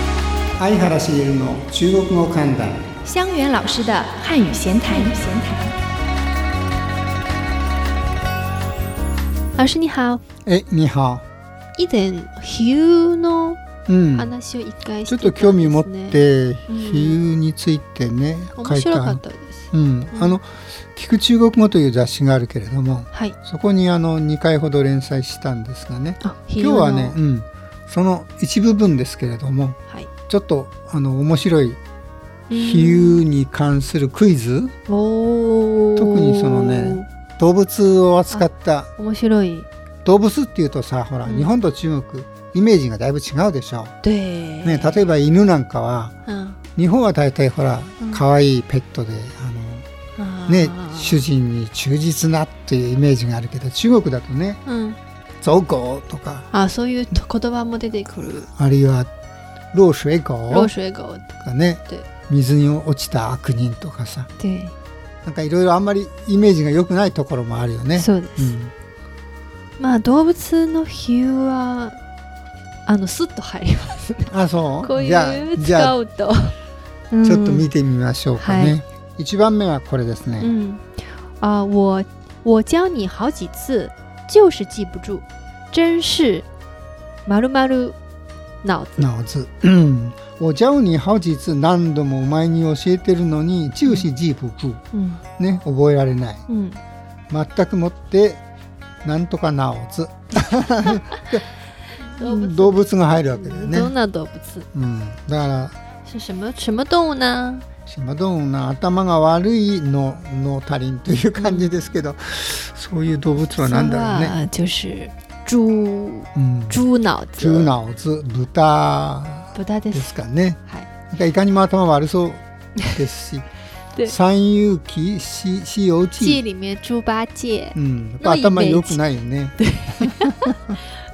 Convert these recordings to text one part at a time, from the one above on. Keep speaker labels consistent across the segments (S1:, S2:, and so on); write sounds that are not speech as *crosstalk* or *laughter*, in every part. S1: 相原茂の中国語観覧
S2: 香源老师的汉语闲谈。闲谈。老师你好，
S1: え、には
S2: 以前比喩の
S1: うん
S2: 話を一回
S1: ちょ
S2: し
S1: ってと
S2: たんですね
S1: 興味持って比
S2: うん
S1: 喩についてね、書
S2: 面
S1: い
S2: 白
S1: た
S2: かったです。
S1: うん、あの「聞く中国語」という雑誌があるけれども
S2: はい。
S1: そこにあの2回ほど連載したんですがね
S2: あ、比喩
S1: 今日
S2: の
S1: はね、うん、その一部分ですけれども
S2: はい。
S1: ちょっとあの面白い比喩に関するクイズ
S2: うん。おお。
S1: 特にそのね。動物を扱った
S2: 面白い。
S1: 動物っていうとさほら、
S2: うん
S1: 日本と中国イメージがだいぶ違うでしょ
S2: 对。
S1: う、ね、例えば犬なんかは
S2: うん。
S1: 日本は大体ほら
S2: うん
S1: 可愛いペットで、あ
S2: あ
S1: のね
S2: ー
S1: 主人に忠実なっていうイメージがあるけど中国だとね
S2: うん。
S1: 「走狗」とか
S2: あ、そういうと言葉も出てくる。
S1: あるいは「老水狗
S2: ロー」シュエゴ。
S1: とかね
S2: で
S1: 水に落ちた悪人とかさ
S2: 对。
S1: なんかいろいろあんまりイメージが良くないところもあるよね。
S2: そうです。
S1: うん
S2: まあ動物の比喩はあのスッと入りますね。
S1: あそう
S2: こう
S1: じゃあ
S2: いう
S1: じゃ
S2: 使
S1: あ
S2: うと。ち
S1: ちょっと見てみましょうかね。一番目はこれですね。
S2: 嗯，啊，我我教你好几次，就是记不住，真是马鲁马鲁脑子。
S1: なおず。うんおじゃうにハウジツ何度もお前に教えてるのに、チューシジープク
S2: 嗯
S1: ね、覚えられない。
S2: 嗯，
S1: 全くもって、なんとかなおず。
S2: 動物
S1: 動物が入るわけだよね。
S2: どんな動物
S1: うん、だから、
S2: 是什么什么动物呢？
S1: シマドンな頭が悪いの、の足りんという感じですけど、そういう動物は何だろうね。
S2: ね。就是猪
S1: うん。
S2: 猪脑子。
S1: チューナオズ、豚
S2: 豚で
S1: ですす。かね。
S2: はい。
S1: なんかいかにも頭悪そうですし
S2: で
S1: 三遊記ししよう
S2: 记
S1: ち
S2: 里面猪八戒
S1: うん、やっぱ頭良くないよね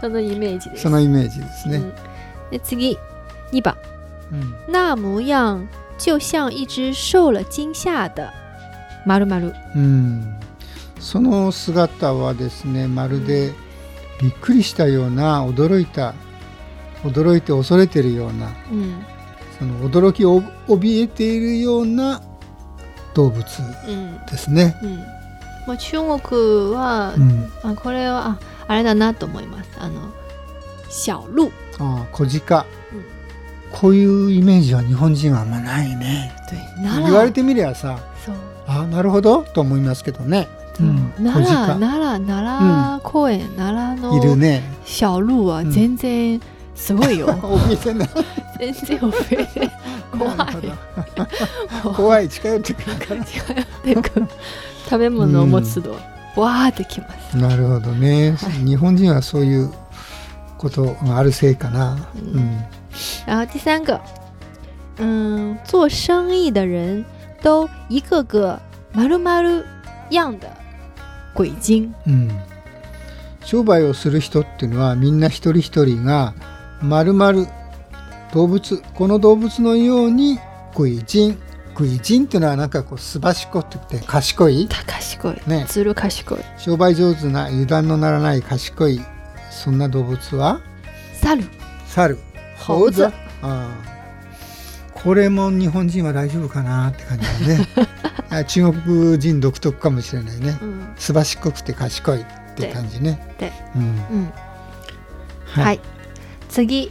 S2: そのイメージです。
S1: そのイメージですね、
S2: 嗯。で次二番。
S1: うん
S2: 那模样就像一只受了惊吓的马鲁马鲁。
S1: うんその姿はですねまるでびっくりしたような驚いた驚いて恐れてるような
S2: 嗯
S1: その驚きを怯えているような動物
S2: 嗯
S1: ですね、
S2: うん。まあ中国は、
S1: うん、
S2: あこれはああれだなと思います。あの小鹿。
S1: ああ小鹿、
S2: うん
S1: こういうイメージは日本人はあんまないね
S2: 对，奈
S1: 言われ
S2: 良。
S1: てみりゃさ
S2: そう。
S1: あなるほどと思いますけどね。
S2: 奈良
S1: 小鹿
S2: 奈良奈良公園、奈良
S1: いる
S2: の
S1: ね。
S2: 小鹿は
S1: うん
S2: 全然すごいよ。
S1: お店の
S2: *laughs* 全然おべれ怖い
S1: なるほど *laughs* 怖い近寄ってくるか
S2: 近寄 *laughs* ってくる食べ物を持つと、わーってきます。
S1: ら。なるほどね
S2: は。
S1: 日本人はそういうことがあるせいかな。
S2: う
S1: うんん。
S2: 然后第三个，嗯，做生意的人都一个个马鲁马鲁样的鬼精。
S1: うん。商売をする人っていうのはみんな一人一人がまるまる動物この動物のように食い人食い人っていうのはなんかこうすばしこって言って賢い
S2: 他賢い。
S1: ね
S2: ずる賢い。
S1: 商売上手な油断のならない賢いそんな動物は
S2: 猿。
S1: 猿
S2: 猴子
S1: ああこれも日本人は大丈夫かなって感じだ *laughs* ねあ中国人独特かもしれないね
S2: うん。
S1: すばしっこくて賢いって感じね
S2: でで
S1: うん
S2: うん。
S1: はい
S2: はい。次，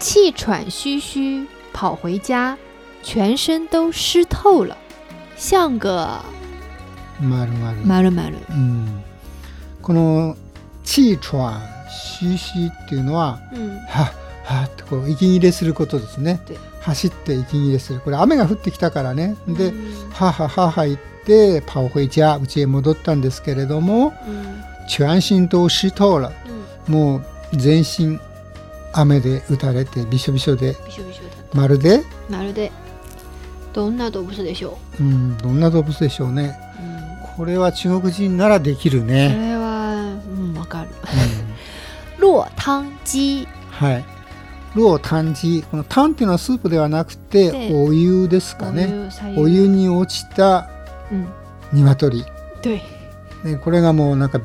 S2: 气喘吁吁跑回家，全身都湿透了，像个
S1: まるまる、
S2: 马鲁马鲁。
S1: うん、このチーチョアンシーシーっていうのは
S2: 嗯，
S1: はっはっとこう息切れすることですね
S2: で
S1: 走って息切れするこれ雨が降ってきたからねで、
S2: 嗯
S1: はははは言ってパオホイチャ家へ戻ったんですけれども
S2: 嗯
S1: 全身と湿透了
S2: 嗯，
S1: もう全身雨で打たれてびしょびしょで
S2: 必须必须的。
S1: まるで、
S2: まるでどんな動物でしょ
S1: うん、どんな動物でしょうね
S2: う。うん。
S1: これは中国人ならできる
S2: こ
S1: ね、
S2: れは、うん、わかる。
S1: う
S2: 落汤鸡。
S1: ん、はいロータンジこのタンっていうのはスープではなくて
S2: で
S1: お湯ですかね
S2: お
S1: お
S2: 湯。
S1: 湯に落ちた
S2: うん。
S1: 鶏
S2: 对。
S1: ね、これがもうなんか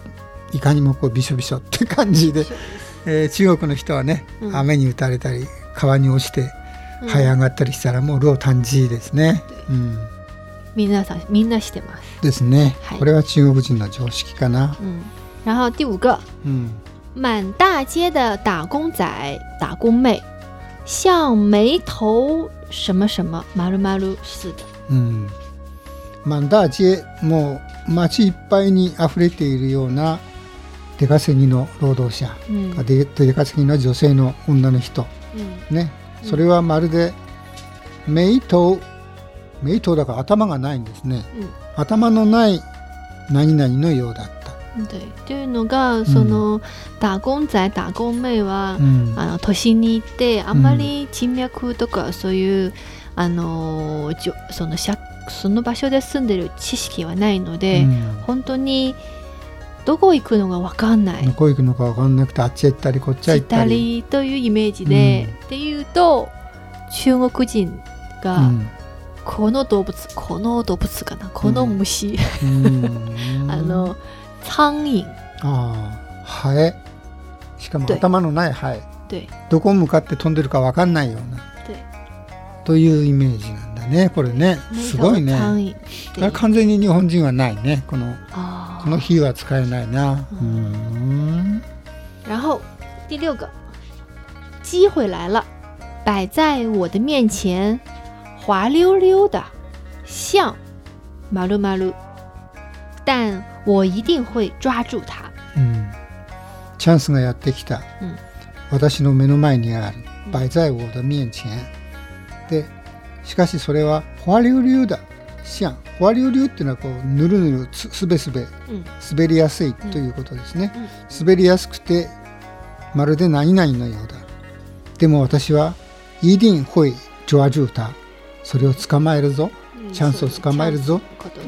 S1: いかにもこうびしょびしょって感じで、えー中国の人はね、
S2: うん
S1: 雨に打たれたり川に落ちて
S2: 嗯
S1: 這い上がったりしたらもうルを短じですね。うん、
S2: 皆さんみんなしてます。
S1: ですね、
S2: はい
S1: これは中国人の常識かな。
S2: 嗯，然后第五个，
S1: うん、
S2: 满大街的打工仔、打工妹，像没头什么什么马路马路似的。
S1: うん、マンダージェもう街いっぱいに溢れているような出稼ぎの労働者、
S2: 嗯
S1: で出稼ぎの女性の女の人
S2: 嗯
S1: ね、
S2: うん
S1: それはまるでメイトウメイトウだから頭がないんですね。
S2: 嗯
S1: 頭のない何々のようだった。
S2: 嗯，对，就是那个その打工仔、打工妹は
S1: う、ん、
S2: あの都心に行ってあんまり人脈とかそういうあのじょその社その場所で住んでる知識はないので、
S1: うん
S2: 本当にどこ行くのがわかんない
S1: ど。こ行くのか分かんなくてあっちへ行ったりこっちへ行ったり。
S2: りというイメージで、っていうと中国人
S1: う
S2: が
S1: ん
S2: この動物、この動物かなこの虫、
S1: うん
S2: あの苍蝇
S1: ああハエしかも
S2: 对
S1: 頭のないハエ
S2: 对
S1: どこ向かって飛んでるか分かんないような
S2: 对
S1: というイメージなんだねこれねすごいね
S2: 苍蝇
S1: これは完全に日本人はないねこの
S2: 啊
S1: この日は使えないなう
S2: うん
S1: ーん
S2: 然后第六个，机会来了，摆在我的面前，滑溜溜的，像马路马路，但我一定会抓住它。
S1: うんチャンスがやってきた、
S2: うん
S1: 私の目の前にある
S2: うん
S1: 擺在我的面前でしかしそれはホワリュリュだシャンホワリュリュっていうのはこうぬるぬるつすべすべ
S2: 嗯
S1: 滑りやすいということですね、
S2: うんうん
S1: 滑りやすくてまるで何々のようだでも私はイーディン・ホイ・ジョア・ジュータそれを捕まえるぞ
S2: 嗯
S1: チャンスを捕まえるぞ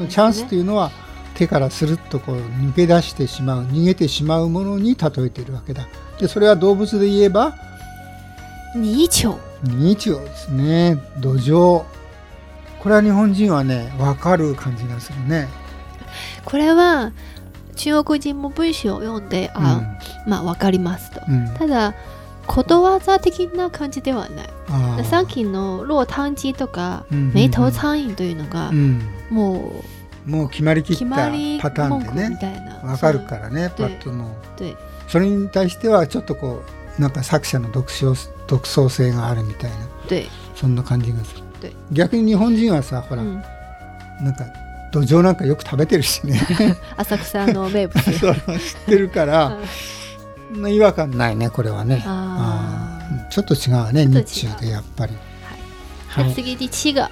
S1: チャンスというのは手からスルッとこう抜け出してしまう逃げてしまうものに例えているわけだでそれは動物で言えば
S2: 泥鳅。
S1: ニチョウですね土壌これは日本人はね分かる感じがするね、
S2: これは中国人も文章を読んで、あ、啊
S1: 嗯
S2: まあわかりますと。
S1: うんうん
S2: ただことわざ的な感じではない。
S1: あー
S2: さっきの落汤鸡とか
S1: うんうんうん
S2: 梅頭苍蝇というのが、
S1: うん
S2: もう
S1: もう決まりきっ
S2: 決ま
S1: た
S2: り
S1: パターン
S2: 文句
S1: で
S2: み
S1: ね
S2: たいな。
S1: 分かるからね
S2: そ
S1: パ
S2: う
S1: ッともう
S2: 对
S1: それに対してはちょっとこうなんか作者の独創独創性があるみたいな
S2: 对
S1: そんな感じがする
S2: 对
S1: 逆に日本人はさほら、
S2: うん
S1: なんか土壌なんかよく食べてる
S2: *laughs*
S1: しね
S2: 浅草の
S1: *laughs*
S2: 名物
S1: そう知ってるからそんな違和感ないねこれはね
S2: あー
S1: あーちょっと違うね
S2: ちょっと
S1: 日中
S2: 違う
S1: でやっぱり
S2: 那
S1: はい
S2: 次给第七个，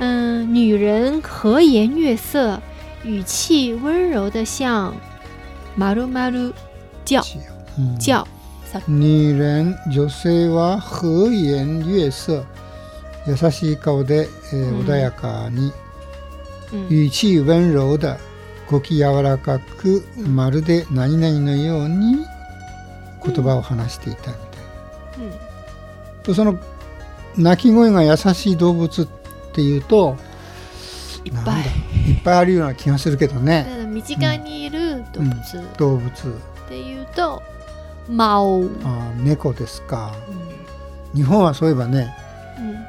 S2: 嗯，女人和颜悦色，语气温柔的像马路马路叫
S1: 一応うん
S2: 叫，
S1: 二連女性は和颜悦色優しい顔で、えー
S2: うん
S1: 穏やかに
S2: 嗯
S1: 语气温柔的語気柔らかくまるで何々のように言葉を話していたみたい
S2: 嗯
S1: な、とその鳴き声が優しい動物っていうと
S2: いっ
S1: なんだ
S2: ぱ
S1: い
S2: い。
S1: っぱいあるような気がするけどね
S2: ただ身近にいる動物っ
S1: 動物
S2: ていうと、猫。
S1: あー猫ですか
S2: 嗯
S1: 日本はそういえばね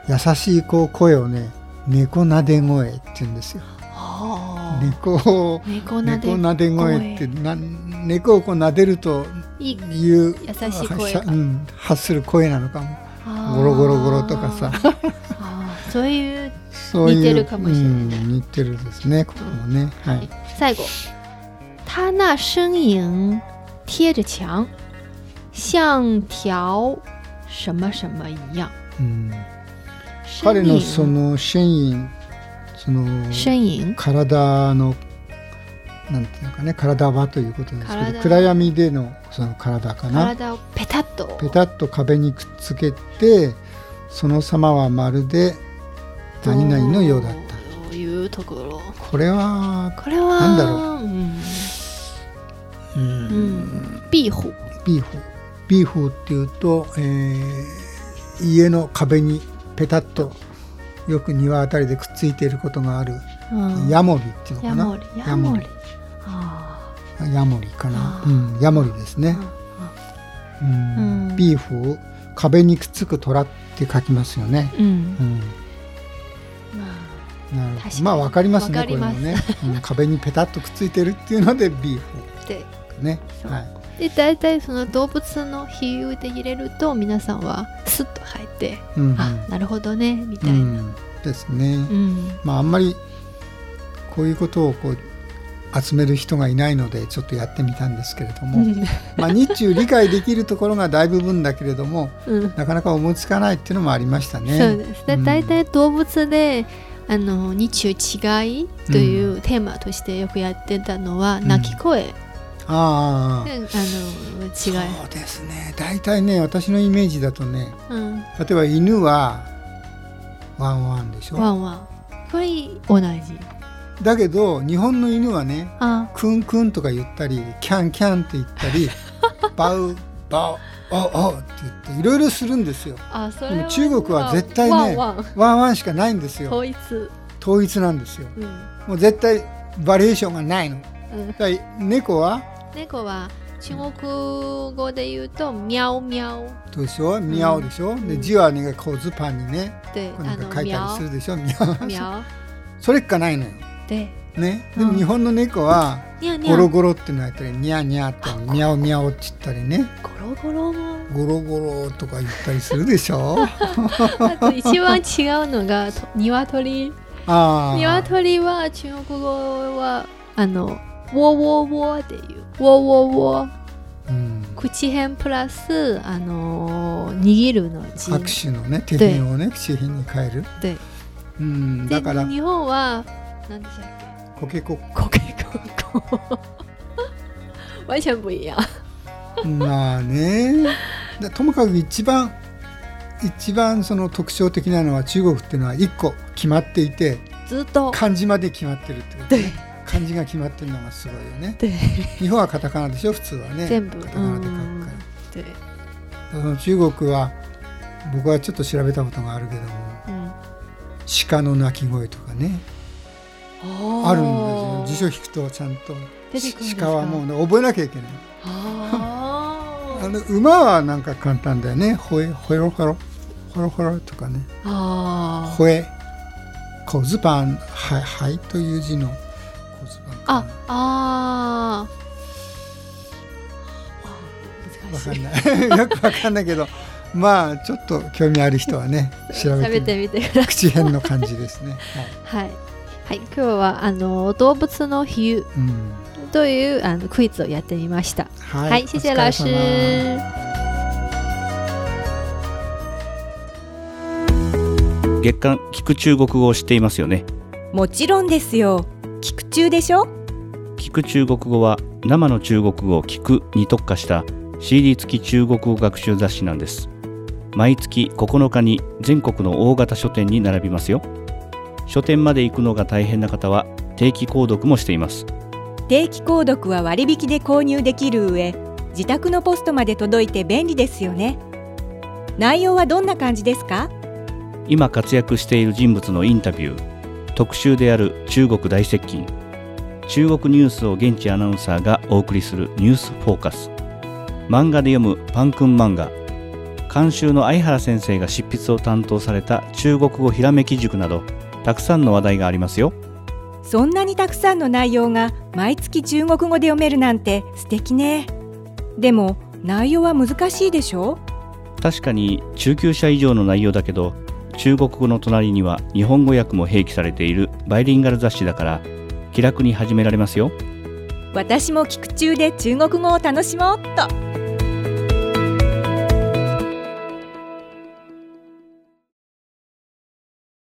S2: 嗯
S1: 優しいこう声をね猫なで声って言うんですよ
S2: 哦，
S1: 猫を
S2: 猫なで
S1: 猫なで声ってな猫をこう撫でると
S2: いい
S1: いう
S2: 優しい声が
S1: うん、発する声なのかも
S2: あー
S1: ゴロゴロゴロとかさ
S2: あーそういう
S1: そういう
S2: 似てるかもしれない
S1: うん似てるですねここもね、はい
S2: 最後他那身影贴着墙像条什么什么一样
S1: うん、
S2: 身
S1: 彼の
S2: 影
S1: そのシェインその
S2: 身影
S1: 体のなんていうのかね体はということですけど
S2: 体
S1: 暗闇でのその体かな
S2: 体をペタッと
S1: ペタッと壁にくっつけてその様はまるで何々のようだった
S2: というところ
S1: これは
S2: これは
S1: なんだろ
S2: うん
S1: う
S2: うんん壁虎
S1: ビーフビーフっていうと、えー家の壁にペタッとよく庭あたりでくっついていることがある
S2: うん
S1: ヤモリっていうの
S2: ヤ
S1: かな
S2: モリヤモリあ
S1: ヤモリかな
S2: あ、
S1: うん、ヤモリですね
S2: ー、
S1: うん
S2: うん
S1: ビーフ壁にくっつく虎って書きますよね。
S2: うん
S1: う。ん、
S2: まあ
S1: なる
S2: 確
S1: ほ
S2: か
S1: ど
S2: に
S1: まあわかります
S2: わ
S1: ね
S2: かり
S1: これ
S2: ます
S1: もね、うん壁にペタッとくっついてるっていうので B
S2: で
S1: ね。
S2: *laughs* そう
S1: はい
S2: で大体その動物の比喩で入れると皆さんはスッと入って、
S1: うんうん
S2: あなるほどねみた
S1: う
S2: いな。
S1: ん、ですね。
S2: うん
S1: まああんまりこういうことをこう集める人がいないのでちょっとやってみたんですけれども、 *laughs* まあ日中理解できるところが大部分だけれども
S2: うん
S1: なかなか思いつかないっていうのもありましたね。
S2: そうですね。
S1: ん
S2: 大体動物で、あの日中違いというテーマとしてよくやってたのは、
S1: ん
S2: 鳴き声、
S1: ああ
S2: であの違い。
S1: そうですね大体ね私のイメージだとね
S2: うん、
S1: 例えば犬はワンワンでし
S2: ワ
S1: ょ
S2: ンワン。これ同じ。
S1: だけど日本の犬はね
S2: あ、
S1: クンクンとか言ったりキャンキャンって言った
S2: *laughs*
S1: りバウバウおおって言っていろいろするんですよ
S2: あ、そ
S1: で
S2: れ
S1: も
S2: は。
S1: 中国は絶対ね
S2: ワンワン。
S1: ワンワンしかないんですよ
S2: 統一。
S1: 統一なんですよ
S2: うん。
S1: もう絶対バリエーションがないの
S2: うん。
S1: だから猫は
S2: 猫は中国語で言うと、喵喵。
S1: どうでしょうミャオでしょ、
S2: う
S1: で
S2: ん
S1: 字はね小図パンにね
S2: 对，
S1: こうな
S2: あ
S1: ん
S2: の
S1: か書いたりす
S2: 喵
S1: るでしょミャオ
S2: 喵。
S1: それっかないのよ
S2: 对，
S1: ね、でも
S2: うん
S1: 日本の猫は
S2: 尿
S1: ゴロ
S2: 尿。
S1: ゴロってのやったりニャーニャーってミャオミャオって言ったりね
S2: ゴロゴロも。
S1: ゴロゴロとか言ったりするでしょ
S2: *laughs* あと一番違うのがと鶏。
S1: ああ
S2: 鶏は中国語はあの。喔喔喔っていう。喔喔喔。
S1: うん
S2: 口辺プラスあの握るの字。
S1: 拍手のね手品をね口品に変える
S2: 对
S1: うん
S2: で
S1: だから
S2: 日本は何でしたっけ？ *laughs*
S1: コケコ
S2: コケコ *laughs* コ。完全不一样。
S1: まあねだともかく一番一番その特徴的なのは中国っていうのは一個決まっていて
S2: ずっと。
S1: 漢字まで決まってるってこと
S2: 对
S1: ね漢字が決まってるのがすごいよね
S2: 对
S1: 日本はカタカナでしょ普通はね
S2: 全部
S1: カタカナで書く
S2: うん
S1: から。
S2: 对。
S1: その中国は僕はちょっと調べたことがあるけども
S2: うん。
S1: 鹿の鳴き声とかねあ
S2: あ
S1: るんですよ辞書引くとちゃんと
S2: 出てくるんですか
S1: 鹿はもうね覚えなきゃいけない
S2: あ
S1: あ
S2: ー
S1: の馬はなんか簡単だよねほえほろほろほろほろとかね
S2: あー
S1: ほえ小ズパンはいはいという字の小ズパンか
S2: あ
S1: な
S2: あ
S1: わ
S2: ー難し
S1: か
S2: い
S1: んない *laughs* よくわかんないけどまあちょっと興味ある人はね調べて
S2: べてみてください
S1: 口辺の感じですね、はい
S2: はい、 *laughs* はい、今日はあの動物の比喩
S1: うん
S2: というあのクイズをやってみました
S1: はい
S2: はい、谢谢老师
S1: お疲れ様
S3: 月刊聞く中国語を知っていますよね
S4: もちろんですよ聞く中でしょ
S3: 聞く中国語は生の中国語を聞くに特化した CD 付き中国語学習雑誌なんです毎月9日に全国の大型書店に並びますよ書店まで行くのが大変な方は定期購読もしています
S4: 定期購読は割引で購入できる上自宅のポストまで届いて便利ですよね内容はどんな感じですか
S3: 今活躍している人物のインタビュー特集である中国大接近中国ニュースを現地アナウンサーがお送りする「ニュースフォーカス」漫画で読むパンくん漫画監修の相原先生が執筆を担当された中国語ひらめき塾などたくさんの話題がありますよ
S4: そんなにたくさんの内容が毎月中国語で読めるなんて素敵ねでも内容は難しいでしょ
S3: 確かに中級者以上の内容だけど中国語の隣には日本語訳も併記されているバイリンガル雑誌だから気楽に始められますよ
S4: 私も聞く中で中国語を楽しもうっと